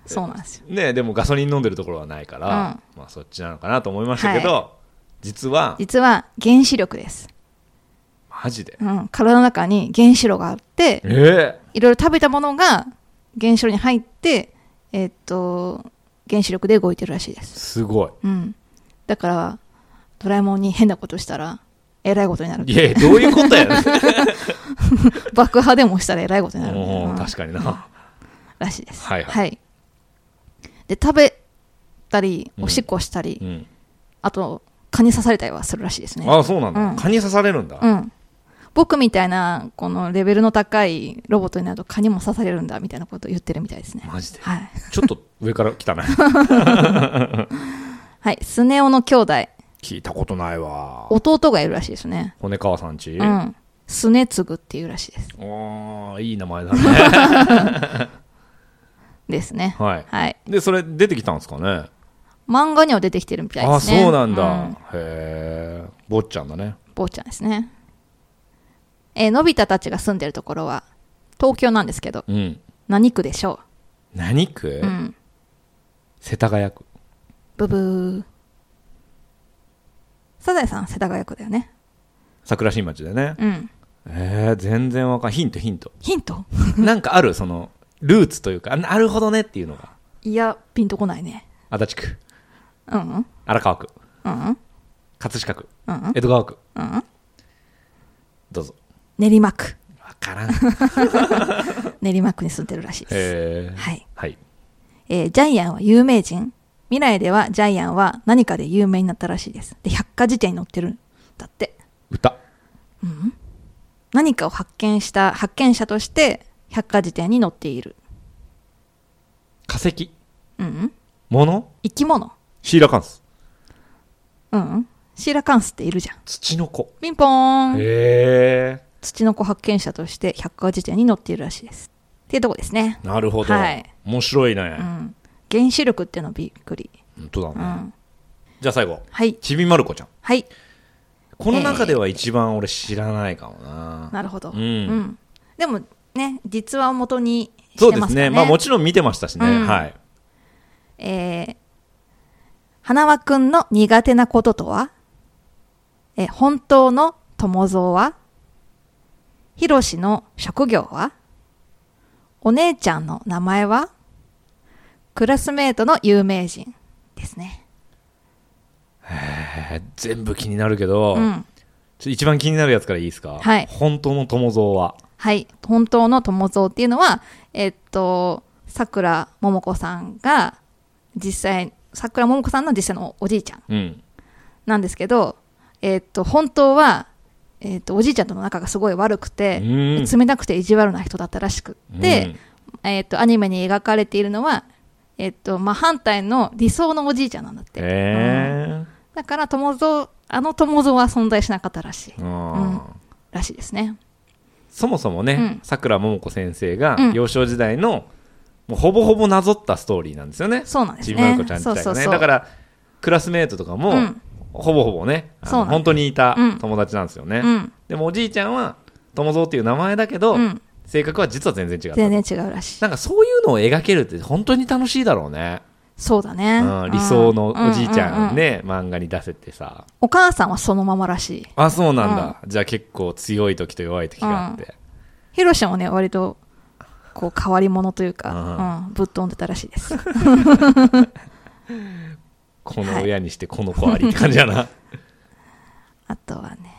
Speaker 2: そうなんですよ。
Speaker 1: んねえでもガソリン飲んでるところはないから、まあそっちなのかなと思いましたけど、実は
Speaker 2: 実は原子力です。
Speaker 1: マジで
Speaker 2: うん。体の中に原子炉があって、
Speaker 1: ええ
Speaker 2: いろいろ食べたものが原子炉に入って、えっと、原子力で動いてるらしいです。
Speaker 1: すごい
Speaker 2: うん。だから、ドラえもんに変なことしたら、えらいことになる。
Speaker 1: いやいやどういうことやね
Speaker 2: 爆破でもしたらえらいこと になるみたいな
Speaker 1: うん確かにな
Speaker 2: らしいです。
Speaker 1: はいはい
Speaker 2: で、食べたり、
Speaker 1: うん
Speaker 2: おしっこしたり、
Speaker 1: うん
Speaker 2: あと、蚊に刺されたりはするらしいですね。
Speaker 1: ああそうなんだ、
Speaker 2: うん
Speaker 1: 蚊に刺されるんだ、
Speaker 2: うん。僕みたいな、このレベルの高いロボットになると蚊にも刺されるんだ、みたいなことを言ってるみたいですね。
Speaker 1: マジで
Speaker 2: はい。
Speaker 1: ちょっと上から来 たね
Speaker 2: はい。スネ夫の兄弟、
Speaker 1: 聞いたことないわ
Speaker 2: 弟がいるらしいですね。
Speaker 1: 骨川さんち、
Speaker 2: う
Speaker 1: あ
Speaker 2: ん。スネツグっていうらしいです。
Speaker 1: あいい名前だ ね
Speaker 2: ですね。
Speaker 1: はい
Speaker 2: はい。
Speaker 1: でそれ出てきたんですかね
Speaker 2: 漫画には出てきてるみたい
Speaker 1: あ
Speaker 2: で
Speaker 1: あ
Speaker 2: すね。
Speaker 1: そうなんだ、
Speaker 2: う
Speaker 1: へえ坊ちゃんだね
Speaker 2: 坊ちゃんですね。えーのび太たちが住んでるところは、東京なんですけど、
Speaker 1: うん
Speaker 2: 何区でしょ
Speaker 1: 何区、
Speaker 2: ううん。
Speaker 1: 世田谷区
Speaker 2: ブブー。サザエさん、世田谷区だよね。
Speaker 1: 桜新町でね
Speaker 2: うん。
Speaker 1: えー、全然わかんヒントヒント
Speaker 2: ヒント
Speaker 1: なんかあるそのルーツというかあなるほどねっていうのが
Speaker 2: いや、ピンとこないね。
Speaker 1: 足立区
Speaker 2: うんうん。
Speaker 1: 荒川区
Speaker 2: うん
Speaker 1: 葛飾区
Speaker 2: うん。うん
Speaker 1: 江戸川区
Speaker 2: うん。
Speaker 1: どうぞ
Speaker 2: 練馬区。
Speaker 1: わ からんへ
Speaker 2: 練馬区に住んでるらしいです。
Speaker 1: え
Speaker 2: はい。
Speaker 1: はい
Speaker 2: えージャイアンは有名人未来ではジャイアンは何かで有名になったらしいです。で、百科事典に載ってるんだって。
Speaker 1: 歌
Speaker 2: 何かを発見した発見者として百科事典に載っている、
Speaker 1: 化石
Speaker 2: うんうん、
Speaker 1: 物
Speaker 2: 生き物、
Speaker 1: シーラカンス
Speaker 2: うんうん、シーラカンスっているじゃん
Speaker 1: 土の子
Speaker 2: ピンポーン
Speaker 1: へえ
Speaker 2: 土の子発見者として百科事典に載っているらしいですっていうとこですね、
Speaker 1: なるほど、
Speaker 2: はい
Speaker 1: 面白いうね、
Speaker 2: ん、原子力っていうのびっくり、
Speaker 1: 本当だ
Speaker 2: う
Speaker 1: ね、
Speaker 2: ん、
Speaker 1: じゃあ最後
Speaker 2: はい
Speaker 1: ちびまる子ちゃん
Speaker 2: はい
Speaker 1: この中では一番俺知らないかもな、
Speaker 2: なるほど、
Speaker 1: うん
Speaker 2: うんでもね実話を元に
Speaker 1: そ
Speaker 2: し
Speaker 1: う
Speaker 2: て
Speaker 1: で
Speaker 2: ますすから
Speaker 1: ね
Speaker 2: ね
Speaker 1: まあもちろん見てましたしね、
Speaker 2: うん
Speaker 1: はい
Speaker 2: えー、花輪くんの苦手なこととはえー、本当の友蔵はひろしの職業はお姉ちゃんの名前はクラスメートの有名人ですね。
Speaker 1: えー全部気になるけど、
Speaker 2: うん。
Speaker 1: ちょ一番気になるやつからいいですか、
Speaker 2: はい
Speaker 1: 本当の友蔵は
Speaker 2: はい。本当の友蔵っていうのは、えっと、桜ももこさんが実際、桜ももこさんの実際のおじいちゃん。
Speaker 1: うん
Speaker 2: なんですけど、えーっと本当は、えーっとおじいちゃんとの仲がすごい悪く
Speaker 1: う
Speaker 2: て、
Speaker 1: ん
Speaker 2: 冷たくて意地悪な人だったらしくって、えーっとアニメに描かれているのは、えーっとまあ、反対の理想のおじいちゃんなんだって、
Speaker 1: え
Speaker 2: だから友蔵あの友蔵は存在しなかったらしい、
Speaker 1: えうん
Speaker 2: うんらしいですね
Speaker 1: そもそも
Speaker 2: う
Speaker 1: ね
Speaker 2: ん
Speaker 1: さくらももこ先生が
Speaker 2: うん
Speaker 1: 幼少時代の、もうほぼほぼなぞったストーリーなんですよね
Speaker 2: そうなんです
Speaker 1: ちび
Speaker 2: ね
Speaker 1: まる子ちゃん自体がね
Speaker 2: そうそうそう
Speaker 1: だからクラスメートとかも、
Speaker 2: うん
Speaker 1: ほぼほぼねあの
Speaker 2: そうなんです
Speaker 1: 本当にいた
Speaker 2: うん
Speaker 1: 友達なんですよね、
Speaker 2: うん
Speaker 1: でもおじいちゃんは友蔵っていう名前だけど、
Speaker 2: うん、
Speaker 1: 性格は実は全然違った
Speaker 2: 全然違うらしい
Speaker 1: なんかそういうのを描けるって本当に楽しいだろうね、
Speaker 2: そうだね、
Speaker 1: うん、理想のおじいち
Speaker 2: うんうんう
Speaker 1: ゃ
Speaker 2: ん
Speaker 1: んね、漫画に出せてさ
Speaker 2: お母さんはそのままらしい
Speaker 1: あそうなんだ、じゃあ結構強い時と弱い時があって、
Speaker 2: ヒロシもね、割と、こう、変わり者という
Speaker 1: あ
Speaker 2: か、うん、ぶっ飛んでたらしいです。
Speaker 1: この親にしてこの子ありって感じやな、
Speaker 2: あとはね。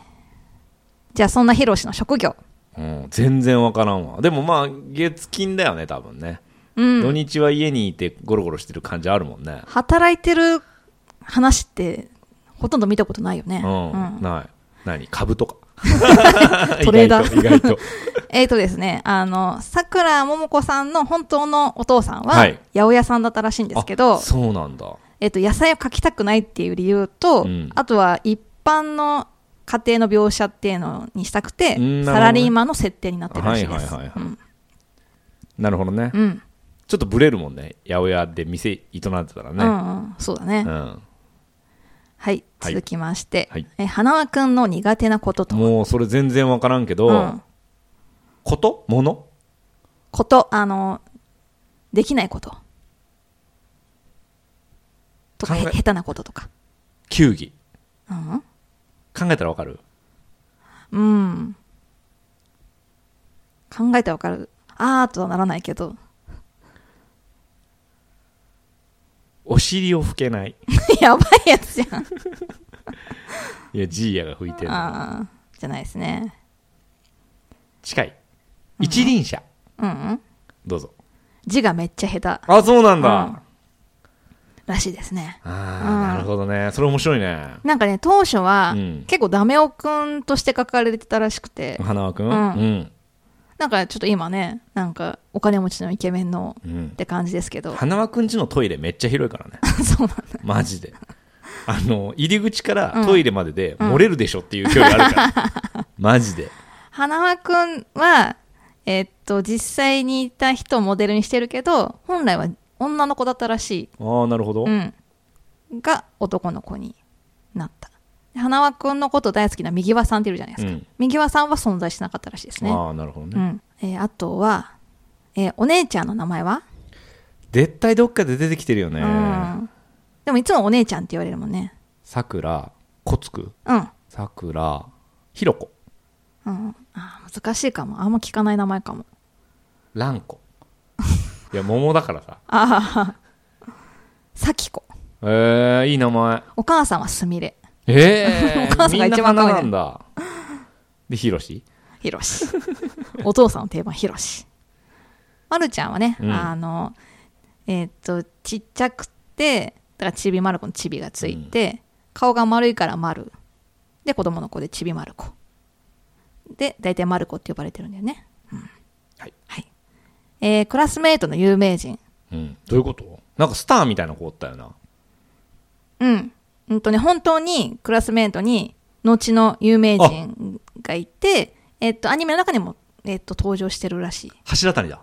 Speaker 2: じゃあ、そんなヒロシの職業。
Speaker 1: うん、全然わからんわでもまあ月金だよね多分ね、
Speaker 2: うん
Speaker 1: 土日は家にいてゴロゴロしてる感じあるもんね
Speaker 2: 働いてる話って、ほとんど見たことないよね。
Speaker 1: うん、
Speaker 2: うん
Speaker 1: ない何株とか
Speaker 2: トレーダー
Speaker 1: 意外と意外と
Speaker 2: えーと ですね、あの、桜ももこさんの本当のお父さんは、
Speaker 1: はい
Speaker 2: 八百屋さんだったらしいんですけど
Speaker 1: あ、そうなんだ
Speaker 2: えっと、野菜を描きたくないっていう理由と、
Speaker 1: うん
Speaker 2: あとは一般の家庭の描写っていうのにしたくて、
Speaker 1: うんなるほどね
Speaker 2: サラリーマンの設定になってるらしいです。
Speaker 1: はいはいはいはい
Speaker 2: うん
Speaker 1: なるほどね、
Speaker 2: うん。
Speaker 1: ちょっとブレるもんね八百屋で店営んでたら
Speaker 2: う
Speaker 1: ね
Speaker 2: んうん、そうだね、
Speaker 1: うん、
Speaker 2: は
Speaker 1: は
Speaker 2: い
Speaker 1: い
Speaker 2: 続きまして、
Speaker 1: はい
Speaker 2: え花輪くんの苦手なことと
Speaker 1: もうそれ全然わからんけど、
Speaker 2: うん
Speaker 1: こともの
Speaker 2: ことあのできないこととかへ
Speaker 1: 考え
Speaker 2: 下手なこととか
Speaker 1: 球技
Speaker 2: うん
Speaker 1: 考えたらわかる
Speaker 2: うん考えてわかるあーとはならないけど
Speaker 1: お尻を拭けない
Speaker 2: やばいやつじゃん
Speaker 1: いやジーヤが拭いてるの
Speaker 2: あーじゃないですね
Speaker 1: 近い一輪車、
Speaker 2: うんうん
Speaker 1: どうぞ
Speaker 2: 字がめっちゃ下手
Speaker 1: あそうなんだ、
Speaker 2: うんらしいですね
Speaker 1: あ
Speaker 2: う
Speaker 1: あ
Speaker 2: ん
Speaker 1: なるほどねそれ面白いね
Speaker 2: なんかね当初は、
Speaker 1: うん
Speaker 2: 結構ダメ男くんとして書かれてたらしくて
Speaker 1: 花輪君
Speaker 2: うん
Speaker 1: うん、
Speaker 2: なんかちょっと今ね、なんかお金持ちのイケメンの
Speaker 1: うん
Speaker 2: って感じですけど、
Speaker 1: 花輪君ちのトイレめっちゃ広いからね
Speaker 2: そうなんだ。
Speaker 1: マジであの入り口からトイレまでで漏れるでしょっていう距離あるから、 マジで
Speaker 2: 花輪くんは、えっと、実際にいた人をモデルにしてるけど、本来は女の子だったらし
Speaker 1: ああなるほど、
Speaker 2: い。うん。が男の子になった。で花輪くんのこと大好きな右輪さんっているじゃないですか。
Speaker 1: うん
Speaker 2: 右輪さんは存在しなかったらしいですね。
Speaker 1: ああなるほどね、
Speaker 2: うん。えーあとは、えーお姉ちゃんの名前は、
Speaker 1: 絶対どっかで出てきてるよね
Speaker 2: うん。でもいつもお姉ちゃんって言われるもんね。
Speaker 1: さくらこつく
Speaker 2: うん。
Speaker 1: さくらひろこ
Speaker 2: うん、あー難しいかもあんま聞かない名前かも
Speaker 1: らん こいや桃だからさ
Speaker 2: ああ咲子
Speaker 1: えー、いい名前
Speaker 2: お母さんはすみれ
Speaker 1: えー、
Speaker 2: お母さんが
Speaker 1: みんな
Speaker 2: 一番可愛いね
Speaker 1: 花なんだでひろし
Speaker 2: ひろし お父さんの定番ひろしまるちゃんはね、
Speaker 1: うん
Speaker 2: あのえーっとちっちゃくてだからちびまる子のちびがついて、顔が丸いから丸で子供の子でちびまる子で大体まる子って呼ばれてるんだよね、うん
Speaker 1: はい、
Speaker 2: えークラスメートの有名人
Speaker 1: うんどういうことなんかスターみたいな子おったよな
Speaker 2: うん。うんとね、本当にクラスメートに、後の有名人がいて、えっと、アニメの中にも、えっと、登場してるらしい。
Speaker 1: 柱谷だ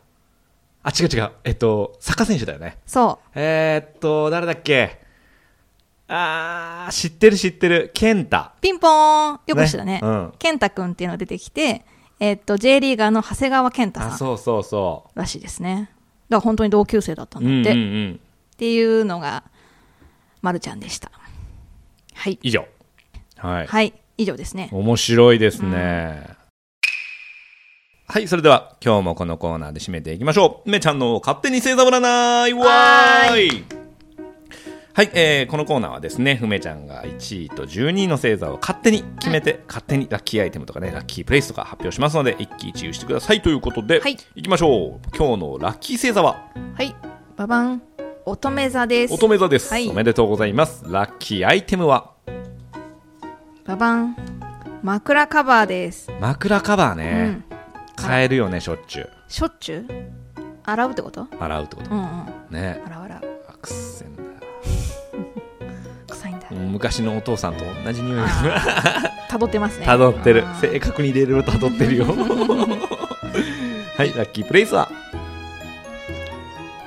Speaker 1: あ違う違うえっとサッカー選手だよね
Speaker 2: そ
Speaker 1: えー、っと誰だっけあー、知ってる知ってる。ケンタ。
Speaker 2: ピンポーンよく知ったね
Speaker 1: ねうん
Speaker 2: 健太くんっていうのが出てきて、えっと、J リーガーの長谷川健太
Speaker 1: あ、
Speaker 2: さん
Speaker 1: そうそうそ
Speaker 2: らしいですね。だから本当に同級生だった
Speaker 1: う。
Speaker 2: ん
Speaker 1: う
Speaker 2: だっ
Speaker 1: んうん
Speaker 2: て。
Speaker 1: う
Speaker 2: っ
Speaker 1: ん。
Speaker 2: ていうのが、まるちゃんでした。はい。
Speaker 1: 以上。はい。
Speaker 2: はい。以上ですね。
Speaker 1: 面白いですね。はい、それでは今日もこのコーナーで締めていきましょう。めちゃんの勝手に星座占いわーいはい、えーこのコーナーはですね、ふめちゃんが1位と12位の星座を勝手に決めて、勝手にラッキーアイテムとかね、ラッキープレイスとか発表しますので、一喜一憂してくださいということで、
Speaker 2: はいい、
Speaker 1: きましょう。今日のラッキー星座は、
Speaker 2: はい。ババン。乙女座です。
Speaker 1: 乙女座です、
Speaker 2: はい
Speaker 1: おめでとうございます。ラッキーアイテムは、
Speaker 2: ババン。枕カバーです。
Speaker 1: 枕カバー
Speaker 2: う
Speaker 1: ね。
Speaker 2: ん。
Speaker 1: 買えるよね、しょっちゅう。
Speaker 2: しょっちゅう洗うってこと
Speaker 1: 洗うってこと
Speaker 2: うんうん。
Speaker 1: ね。
Speaker 2: 洗う洗う。
Speaker 1: あくっせんな
Speaker 2: 臭いんだ。
Speaker 1: 昔のお父さんと同じ匂いが
Speaker 2: たどってますね。
Speaker 1: たどってる
Speaker 2: あー
Speaker 1: 正確にレールをたどってるよ はいラッキープレイスは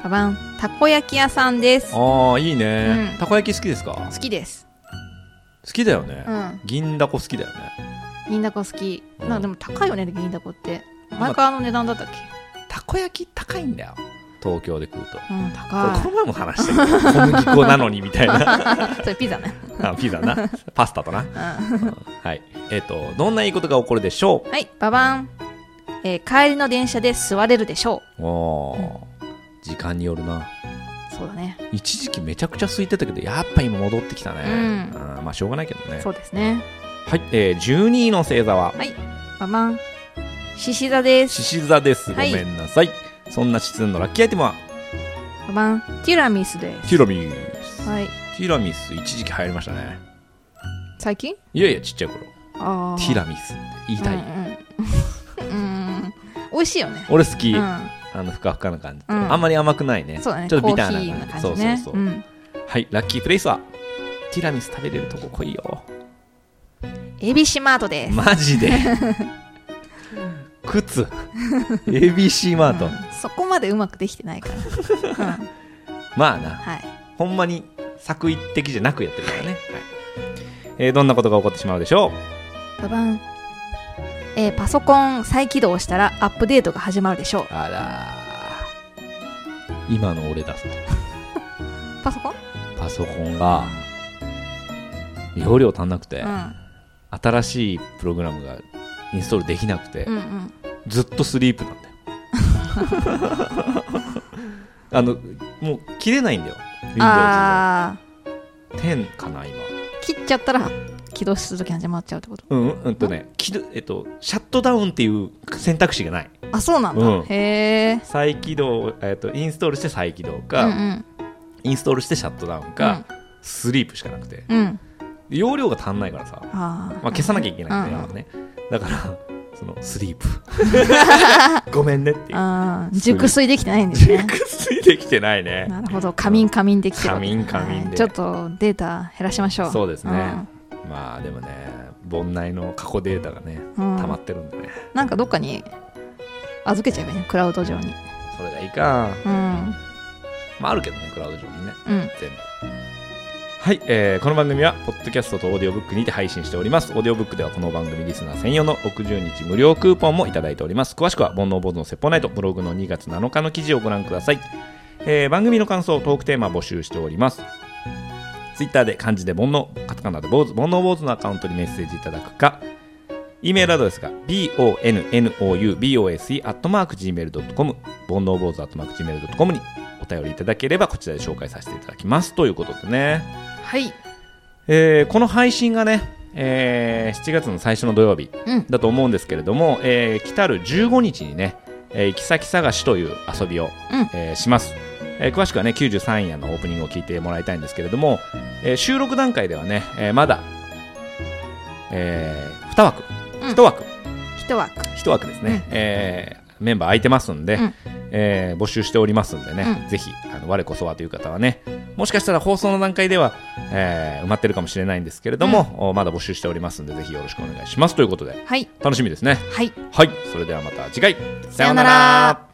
Speaker 2: ババン。たこ焼き屋さんです。好
Speaker 1: ああいいね、
Speaker 2: うん
Speaker 1: たこ焼き好きですか
Speaker 2: きです。
Speaker 1: 好きだよね、
Speaker 2: うん。
Speaker 1: 銀だこ好きだよね
Speaker 2: 銀だこ好き。
Speaker 1: うん
Speaker 2: なでも高いよね、銀だこって。前からあの値段だったっけ
Speaker 1: たこ焼き高いんだよ東京で食うと、
Speaker 2: うん、
Speaker 1: これ
Speaker 2: 高
Speaker 1: この前も話したけど小麦粉なのにみたい な
Speaker 2: い。 それピ ザね。
Speaker 1: あピザなパスタとな、
Speaker 2: うん
Speaker 1: うんはいえっ、とどんないいことが起こるでしょ
Speaker 2: はい、ババン。えー帰りの電車で座れるでしょ
Speaker 1: うおー時間によるな
Speaker 2: う。そうだね。
Speaker 1: 一時期めちゃくちゃ空いてたけどやっぱ今戻ってきたね、あ
Speaker 2: う
Speaker 1: ーまあしょうがないけどね
Speaker 2: そうですね。
Speaker 1: はい、えー、12位の星座は
Speaker 2: はい、ババン。獅子座です。
Speaker 1: 獅子座ですご
Speaker 2: はい
Speaker 1: めんなさい、そんな獅子座のラッキーアイテムは
Speaker 2: ババン。ティラミスです。
Speaker 1: ティラミス、
Speaker 2: はい。
Speaker 1: ティラミス一時期流行りましたね
Speaker 2: 最近
Speaker 1: いやいやちっちゃい頃
Speaker 2: ああ。
Speaker 1: ティラミスって言いたい、
Speaker 2: うんうん。 うん。美味しいよね。
Speaker 1: 俺好き、
Speaker 2: うん。
Speaker 1: あのふかふかな感じ、
Speaker 2: うん
Speaker 1: あんまり甘くないね
Speaker 2: そうだね。
Speaker 1: ちょっと
Speaker 2: コ
Speaker 1: ビタ
Speaker 2: ー
Speaker 1: ーな
Speaker 2: ヒーな
Speaker 1: 感じ
Speaker 2: 感じね。
Speaker 1: そうそうそう、
Speaker 2: ん。
Speaker 1: はいラッキープレイスはティラミス食べれるとこ来いよ
Speaker 2: エビシマートです。
Speaker 1: マジ で靴 ABC マー ト、
Speaker 2: うんそこまでうまくできてないから。うん。
Speaker 1: まあな
Speaker 2: はい。
Speaker 1: ほんまに作為的じゃなくやってるからね、はいえーどんなことが起こってしまうでしょう
Speaker 2: ババン。えーパソコン再起動したらアップデートが始まるでしょう。
Speaker 1: あらー今の俺だぞ
Speaker 2: パソコン
Speaker 1: パソコンが容量足んなくて、
Speaker 2: う
Speaker 1: 新しいプログラムがインストールできなくて、
Speaker 2: ん。うんうん。
Speaker 1: ずっとスリープなんだよ あのもう切れないんだよ Windows の
Speaker 2: あ
Speaker 1: 10かな今
Speaker 2: あ、切っちゃったら起動するとき始まっちゃうってこと
Speaker 1: うんうんとね切るえっとシャットダウンっていう選択肢がない
Speaker 2: あ、そうなんだ。
Speaker 1: うん
Speaker 2: へえ。
Speaker 1: 再起動、えっとインストールして再起動
Speaker 2: う
Speaker 1: か、
Speaker 2: んうん。
Speaker 1: インストールしてシャットダウンか、スリープしかなくて
Speaker 2: うん。うん。
Speaker 1: で容量が足んないからさ、ま
Speaker 2: ああ。
Speaker 1: あ、消さなきゃいけないんだよ
Speaker 2: う
Speaker 1: ね、だからそのスリープ ごめんねっていう
Speaker 2: ああ、熟睡できてないんですね。
Speaker 1: 熟睡できてないね
Speaker 2: なるほど。仮眠仮眠できてるわけですね。
Speaker 1: 仮眠仮眠で
Speaker 2: ちょっとデータ減らしましょう。
Speaker 1: そうですね、まあでもね煩悩の過去データがね
Speaker 2: うん。うん
Speaker 1: 溜まってるんでね
Speaker 2: なんかどっかに預けちゃえばいいね。クラウド上に。
Speaker 1: それがいいか
Speaker 2: うん。
Speaker 1: まああるけどねクラウド上にね
Speaker 2: うん。
Speaker 1: 全部はい、えーこの番組はポッドキャストとオーディオブックにて配信しておりますオーディオブックではこの番組リスナー専用の60日無料クーポンもいただいております詳しくは煩悩坊主の説法ナイトブログの2月7日の記事をご覧ください、えー番組の感想トークテーマ募集しておりますツイッターで漢字で煩悩カタカナで坊主煩悩坊主のアカウントにメッセージいただくか E メールアドレスが bonoubose.gmail.com 煩悩坊主 .gmail.com にお便りいただければこちらで紹介させていただきますということでね、
Speaker 2: はい。
Speaker 1: えーこの配信がね、えー7月の最初の土曜日
Speaker 2: うん。
Speaker 1: だと思うんですけれども、えー来たる15日にね、えー行き先探しという遊びを、
Speaker 2: うん
Speaker 1: えーします、えー詳しくはね93夜のオープニングを聞いてもらいたいんですけれども、えー収録段階ではね、えーまだ、え2枠
Speaker 2: うん
Speaker 1: 1枠、
Speaker 2: 一枠。
Speaker 1: 一枠ですね、えーメンバー空いてますんで、
Speaker 2: うん
Speaker 1: えー募集しておりますんでね、ぜひあの我こそはという方はねもしかしたら放送の段階では、えー埋まってるかもしれないんですけれども、おまだ募集しておりますんでぜひよろしくお願いしますということで
Speaker 2: はい。
Speaker 1: 楽しみですね
Speaker 2: はい。
Speaker 1: はいそれではまた次回
Speaker 2: さようなら